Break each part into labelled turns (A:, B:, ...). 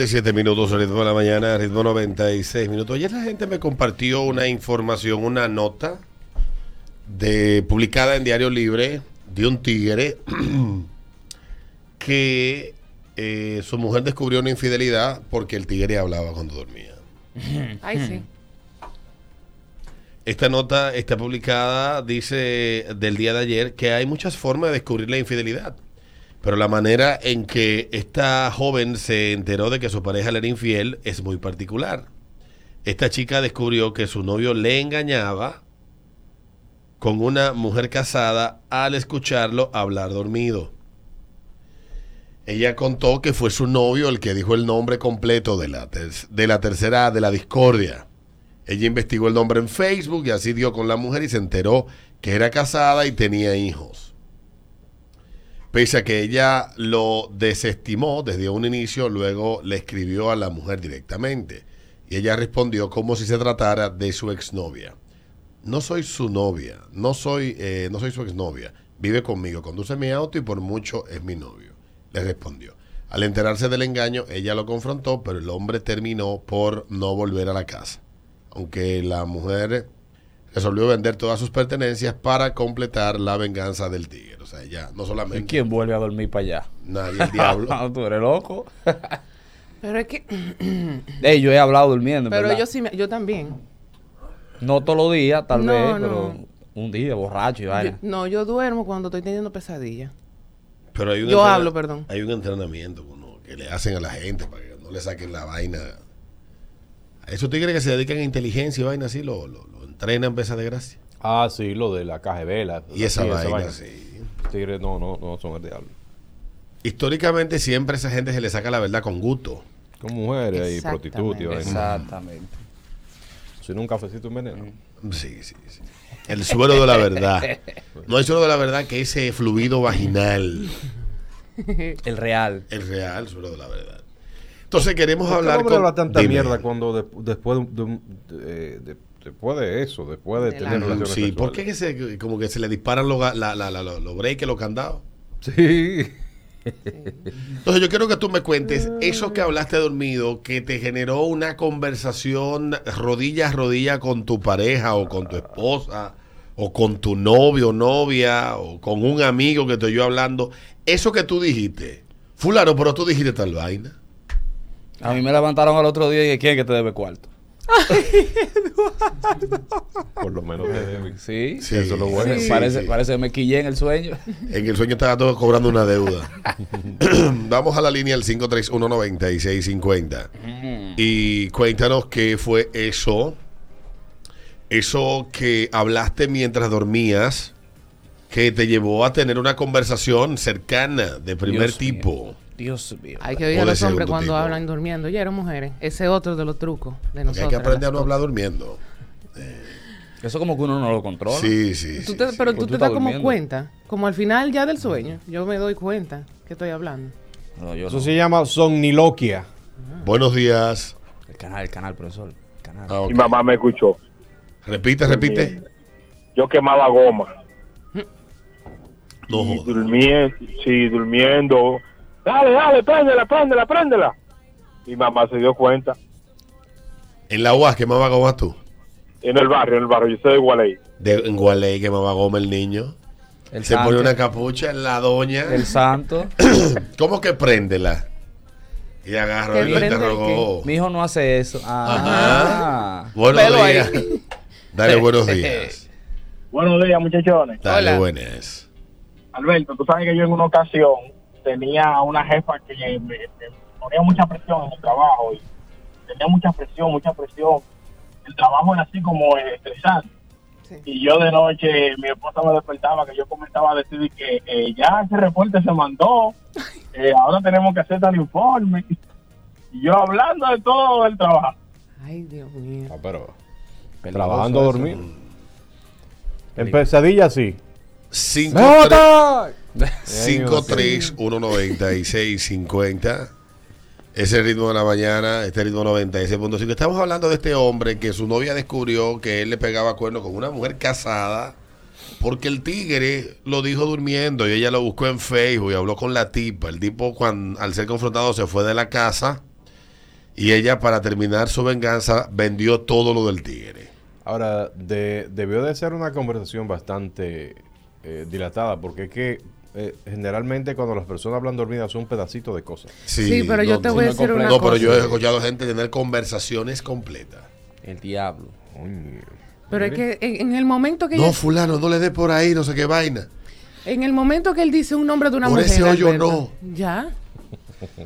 A: 7 minutos, ritmo de la mañana, ritmo 96 minutos. Ayer la gente me compartió una información, una nota de, publicada en Diario Libre de un tigre que eh, su mujer descubrió una infidelidad porque el tigre hablaba cuando dormía.
B: Ay, sí.
A: Mm. Esta nota está publicada, dice, del día de ayer, que hay muchas formas de descubrir la infidelidad. Pero la manera en que esta joven se enteró de que su pareja le era infiel es muy particular. Esta chica descubrió que su novio le engañaba con una mujer casada al escucharlo hablar dormido. Ella contó que fue su novio el que dijo el nombre completo de la, ter- de la tercera de la discordia. Ella investigó el nombre en Facebook y así dio con la mujer y se enteró que era casada y tenía hijos. Pese a que ella lo desestimó desde un inicio, luego le escribió a la mujer directamente. Y ella respondió como si se tratara de su exnovia. No soy su novia, no soy, eh, no soy su exnovia. Vive conmigo, conduce mi auto y por mucho es mi novio. Le respondió. Al enterarse del engaño, ella lo confrontó, pero el hombre terminó por no volver a la casa. Aunque la mujer resolvió vender todas sus pertenencias para completar la venganza del tigre. O sea, ella no
C: ¿Y
A: solamente...
C: quién vuelve a dormir para allá?
A: Nadie, el diablo.
C: Tú eres loco.
B: Pero es que.
C: Ey, yo he hablado durmiendo,
B: Pero
C: ¿verdad?
B: yo sí, me- yo también.
C: No todos los días, tal
B: No,
C: vez,
B: no.
C: pero un día borracho y
B: Yo-
C: vaina.
B: no, yo duermo cuando estoy teniendo pesadilla.
A: Pero hay un
B: Yo
A: entrena-
B: hablo, perdón.
A: Hay un entrenamiento uno, que le hacen a la gente para que no le saquen la vaina. A esos tigres que se dedican a inteligencia y vaina así, lo, lo, lo entrenan pesa de gracia.
D: Ah, sí, lo de la caja de vela.
A: Y esa
D: Sí,
A: vaina, sí.
D: Tigres, no, no, no son el diablo.
A: Históricamente siempre a esa gente se le saca la verdad con gusto.
D: Con mujeres y
B: Exactamente.
D: prostitutas. y vaina.
C: Exactamente.
D: Si no, un cafecito en veneno.
A: Sí, sí, sí. El suero de la verdad. No hay suero de la verdad que ese fluido vaginal.
C: El real.
A: El real suero de la verdad. Entonces queremos hablar
D: con... Este habla tanta
A: Dime.
D: mierda cuando de- después de, un- de un- de- de- después de eso, después de,
B: De la-
D: tener relaciones
A: Sí, ¿por qué
D: sexuales?
A: que se, como que se le disparan los ga- la, la, la- los los breaks, los candados?
D: Sí.
A: Entonces yo quiero que tú me cuentes eso que hablaste dormido, que te generó una conversación rodilla a rodilla con tu pareja o con tu esposa o con tu novio o novia o con un amigo que te oyó hablando. Eso que tú dijiste, fulano, pero tú dijiste tal vaina.
C: A mí me levantaron al otro día y dije, ¿quién es que te debe cuarto?
D: Por lo menos te deben.
C: Sí.
A: Sí,
D: eso es lo bueno.
A: sí,
C: parece,
A: sí.
C: parece que me quillé en el sueño.
A: En el sueño estaba todo cobrando una deuda. Vamos a la línea al 5319650.
C: Mm.
A: Y cuéntanos qué fue eso. Eso que hablaste mientras dormías, que te llevó a tener una conversación cercana de primer
C: Dios mío.
A: tipo.
C: Dios mío.
B: Hay que oír
A: O
B: a
A: de
B: los hombres
A: segundo
B: cuando
A: tipo.
B: hablan durmiendo. Ya eran mujeres. Ese es otro de los trucos de
A: Porque
B: nosotros.
A: hay que aprender a no hablar durmiendo.
C: Eso como que uno no lo controla.
A: Sí, sí. sí, sí.
B: Pero
C: Pues
B: tú,
C: tú
B: te
C: estás
B: das como
C: durmiendo.
B: cuenta. Como al final ya del sueño. Yo me doy cuenta que estoy hablando.
C: No, yo
D: Eso
C: no.
D: se llama somniloquia.
A: Buenos días.
C: El canal, el canal, profesor. El canal.
A: Ah, ok.
E: Mi mamá me escuchó.
A: Repite, repite.
E: Yo quemaba goma.
A: No
E: Y
A: jodas.
E: durmiendo, sí, durmiendo. Dale, dale, préndela, préndela, préndela. Mi mamá se dio cuenta.
A: En la UAS quemaba goma tú.
E: En el barrio, en el barrio, yo soy de Gualey.
A: De, en Gualey quemaba goma el niño.
C: El
A: Se
C: santo.
A: pone una capucha en la doña.
C: El santo.
A: ¿Cómo que préndela? Y agarró
B: ¿Que
A: y lo
B: prende el
A: interrogó.
C: Mi hijo no hace eso. Ah.
A: Buenos
B: Pelo ahí.
A: días. Dale buenos días.
E: Buenos días, muchachones.
A: Dale
B: Hola.
A: buenas.
E: Alberto, tú sabes que yo en una ocasión tenía una jefa que me, me ponía mucha presión en su trabajo. Y tenía mucha presión, mucha presión. El trabajo era así como eh, estresante.
B: Sí.
E: Y yo de noche, mi esposa me despertaba, que yo comenzaba a decir que eh, ya ese reporte se mandó, eh, ahora tenemos que hacer tal informe. Y yo hablando de todo el trabajo.
B: Ay, Dios mío.
D: Ah, pero
C: Peligroso
D: trabajando a
C: eso.
D: dormir. En pesadilla, sí.
A: 5
D: Sí.
A: 19650 Ese ritmo de la mañana, este ritmo 96.5. Estamos hablando de este hombre que su novia descubrió que él le pegaba cuernos con una mujer casada porque el tigre lo dijo durmiendo y ella lo buscó en Facebook y habló con la tipa. El tipo, cuando, al ser confrontado, se fue de la casa. Y ella, para terminar su venganza, vendió todo lo del tigre.
D: Ahora, de- debió de ser una conversación bastante eh, dilatada, porque es que eh, generalmente cuando las personas hablan dormidas son un pedacito de cosas.
B: Sí, pero yo te voy a
C: no
B: decir una
C: comprendo.
A: No,
B: cosa.
A: pero yo he escuchado gente tener conversaciones completas.
C: El diablo.
D: Coño.
B: Pero es que en en el momento que
A: No,
B: ella-
A: fulano, no le dé por ahí, no sé qué vaina.
B: en el momento que él dice un nombre de una
A: Por
B: mujer,
A: ese hoyo
B: Alberto, Ya.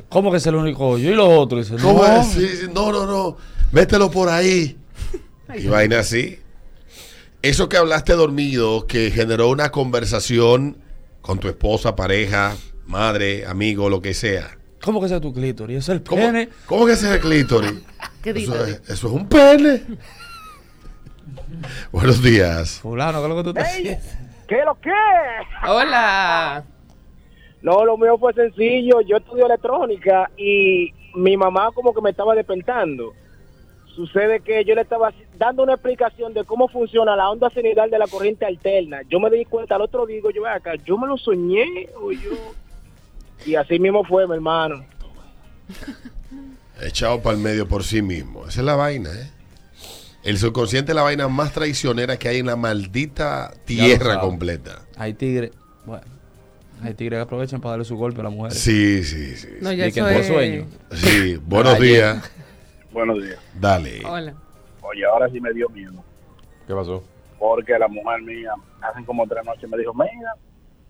C: ¿Cómo que es el único hoyo? Y los otros dicen,
A: ¿Cómo
C: no.
A: es? Sí, sí, no, no, no. Mételo por ahí. Y vaina así. Eso que hablaste dormido, que generó una conversación con tu esposa, pareja, madre, amigo, lo que sea.
C: ¿Cómo que sea tu clítoris? Es el
A: ¿Cómo,
C: pene.
A: cómo que ese es el clítoris?
B: ¿Qué dices?
A: Eso es, eso es un pene. Buenos días.
C: Fulano, ¿qué es lo que tú estás haciendo?
E: ¿Qué lo que?
B: Hola.
E: No, lo mío fue sencillo. Yo estudio electrónica y mi mamá como que me estaba despertando. Sucede que yo le estaba haci- dando una explicación de cómo funciona la onda cenital de la corriente alterna. Yo me di cuenta, al otro digo, yo "Ven acá, yo me lo soñé o yo... Y así mismo fue, mi hermano.
A: Echado para el medio por sí mismo. Esa es la vaina, ¿eh? El subconsciente es la vaina más traicionera que hay en la maldita tierra
C: sabe.
A: completa.
C: Hay tigres. Bueno, hay tigres que aprovechan para darle su golpe a las mujeres.
A: Sí, sí, sí.
B: No, ya
C: Di que
B: eso
C: no
B: es...
C: sueño.
A: Sí, buenos
C: Ayer.
A: días.
F: Buenos días.
A: Dale.
B: Hola.
F: Oye, ahora sí me dio miedo.
D: ¿Qué pasó?
F: Porque la mujer mía, hace como tres noches, me dijo, mira,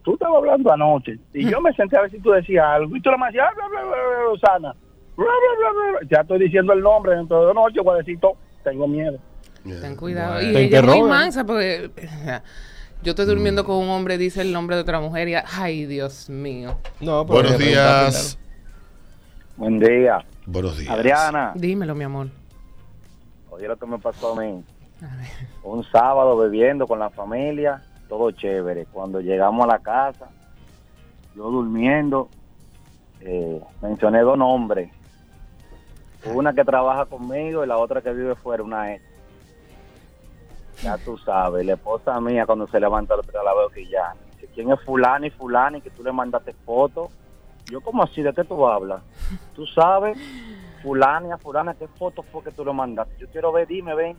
F: tú estabas hablando anoche. Y yo me senté a ver si tú decías algo. Y tú la más decías, "Ah, bla, bla, bla, bla, Rosana. Bla, bla, bla, bla, bla". Ya estoy diciendo el nombre dentro de dos noches, voy a decir todo. Tengo miedo.
B: Ten cuidado.
C: Bueno.
B: Y
D: Te
B: ella es muy
D: interrogan.
B: mansa porque yo estoy durmiendo con un hombre, dice el nombre de otra mujer y ay, Dios mío.
D: No, pero
A: Buenos
D: le preguntaste,
A: días.
F: Buen día,
A: Buenos días.
B: Dímelo, mi amor.
F: Oye, lo que me pasó a mí.
B: A ver.
F: un sábado bebiendo con la familia, todo chévere. Cuando llegamos a la casa, yo durmiendo, eh, mencioné dos nombres. Una que trabaja conmigo y la otra que vive fuera, una ex. Ya tú sabes, la esposa mía cuando se levanta la otra la veo que ya. Dice, ¿Quién es fulano y fulano y que tú le mandaste fotos? Yo como así, ¿de qué tú hablas? Tú sabes, fulana, fulana, ¿qué fotos fue que tú le mandaste? Yo quiero ver, dime, ven.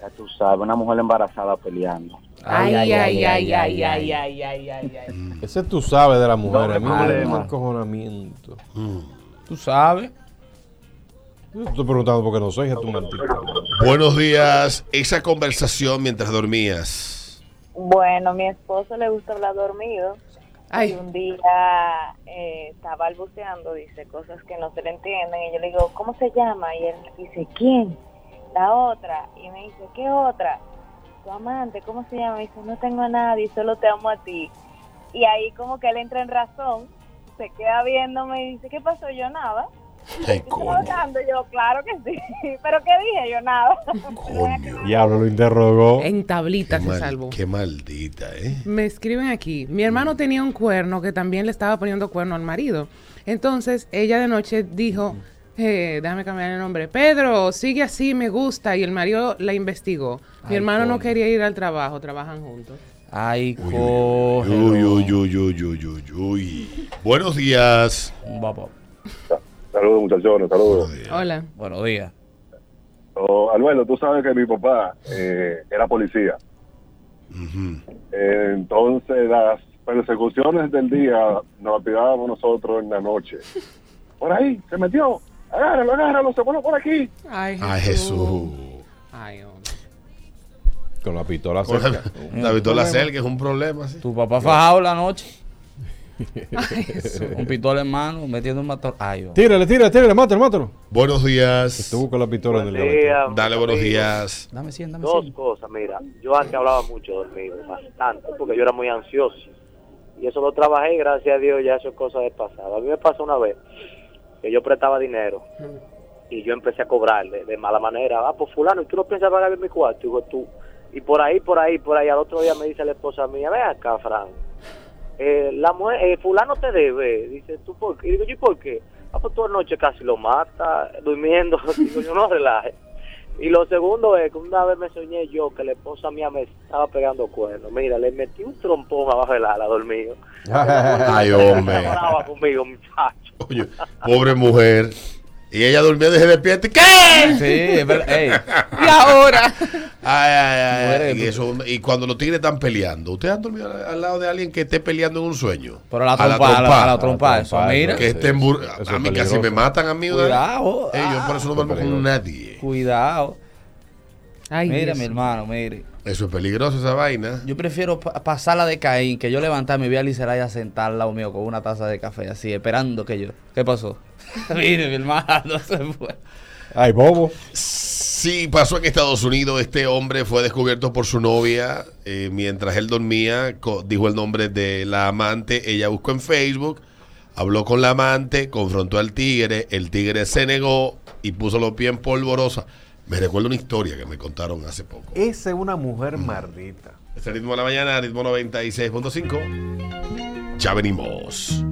F: Ya tú sabes, una mujer embarazada peleando.
B: Ay, ay, ay, ay, ay, ay, ay.
D: pero- Ese tú sabes de la mujer.
F: Doble
D: A mí me da un
F: problema.
D: encojonamiento.
C: Tú sabes.
D: Yo te estoy preguntando porque no soy, es tu mentira.
A: Buenos días. Esa conversación mientras dormías.
G: Bueno, mi esposo le gusta hablar dormido. Y
B: Ay,
G: un día eh, está balbuceando, dice cosas que no se le entienden. Y yo le digo, ¿cómo se llama? Y él dice, ¿quién? La otra. Y me dice, ¿qué otra? Tu amante, ¿cómo se llama? Y dice, no tengo a nadie, solo te amo a ti. Y ahí como que él entra en razón, se queda viéndome y dice, ¿qué pasó? Yo nada.
A: Ay,
G: ¿Tú estás
A: coño.
G: votando? Yo, claro que sí. ¿Pero qué dije? Yo nada.
A: Coño.
D: Diablo, lo interrogó.
B: en
A: Qué,
B: tablita se
A: mal-
B: salvó.
A: qué maldita, ¿eh?
B: Me escriben aquí. Mi hermano tenía un cuerno que también le estaba poniendo cuerno al marido. Entonces ella de noche dijo, eh, déjame cambiar el nombre. Pedro, sigue así, me gusta. Y el marido la investigó. Mi
C: Ay,
B: hermano no
C: coño.
B: quería ir al trabajo, trabajan juntos.
C: Ay,
A: Uy, uy,
C: cógelo.
A: uy, uy, uy, uy, uy, uy. Buenos días.
C: Va, va.
H: Saludos, muchachones,
A: Buenos
H: saludos.
A: días.
B: Hola.
C: Buenos días.
H: Oh, Alberto, tú sabes que mi papá eh, era policía.
A: Ujú.
H: Eh, entonces, las persecuciones del día nos las pidábamos nosotros en la noche. Por ahí, se metió. Agárralo, agárralo, se pone por aquí.
B: Ay,
A: Ay, Jesús.
B: Ay, hombre.
D: Con la pistola
A: Con la,
D: cerca.
A: la pistola cel, que es un problema. sí.
C: Tu papá fajado la noche.
B: Ay, Jesús.
C: Con pistola en mano, metiendo un matón. Ay, oh.
D: Tírale, tírale, tírale, mátalo, mátalo.
A: Buenos días.
D: Tú con la pistola en el
A: Dale buenos días.
C: Dame 100, dame
E: ah, Dos
C: 100.
E: cosas, mira, yo antes hablaba mucho dormido, bastante, porque yo era muy ansioso. Y eso lo trabajé, y gracias a Dios, ya eso es cosa del pasado. A mí me pasó una vez que yo prestaba dinero y yo empecé a cobrarle de mala manera. Ah, pues fulano, ¿y tú no piensas pagar mi cuarto? Digo, tú. Y por ahí, por ahí, por ahí, al otro día me dice la esposa mía, ve acá, Fran, eh, la mujer, eh, fulano te debe. Dice, ¿tú por qué? Y digo, ¿y por qué? Ah, pues tú anoche casi lo mata, durmiendo. Digo, yo no relaje. Y lo segundo es que una vez me soñé yo que la esposa mía me estaba pegando cuernos. Mira, le metí un trompón abajo del ala dormido.
D: mano.
A: Ay, hombre.
E: Estaba conmigo, muchacho.
A: Coño, pobre mujer. Y ella durmiendo y se despierta. y, ¿Qué?
C: Sí, es verdad. Ey,
B: Y ahora.
A: Ay, ay, ay,
C: Muere,
A: y, eso- y cuando los tigres están peleando, ¿ustedes han dormido al, al lado de alguien que esté peleando en un sueño?
C: pero la trompa, a la, a la trompa, eso,
D: trompa,
C: mira.
D: ¿no?
A: Que
D: Sí,
A: estén bur-
D: eso es
A: A mí casi
D: peligroso.
A: me matan a mí. una vez.
C: Cuidado.
A: Eh, yo
C: ah,
A: por eso no duermo con
D: peligroso.
A: nadie.
C: Cuidado.
B: Ay,
C: Mire,
B: Dios.
C: mi hermano, mire.
A: Eso es peligroso, esa vaina.
C: Yo prefiero pa- pasarla de Caín, que yo levantarme y voy a Liceray a sentar al lado mío con una taza de café, así, esperando que yo. ¿Qué pasó? Mire, mi hermano, se fue.
D: Ay, bobo.
A: Sí, pasó en Estados Unidos. Este hombre fue descubierto por su novia eh, mientras él dormía. co- dijo el nombre de la amante. Ella buscó en Facebook, habló con la amante, confrontó al tigre. El tigre se negó y puso los pies en polvorosa. Me recuerdo una historia que me contaron hace poco.
D: Esa es una mujer maldita.
A: Este ritmo de la mañana, ritmo 96.5. Ya venimos.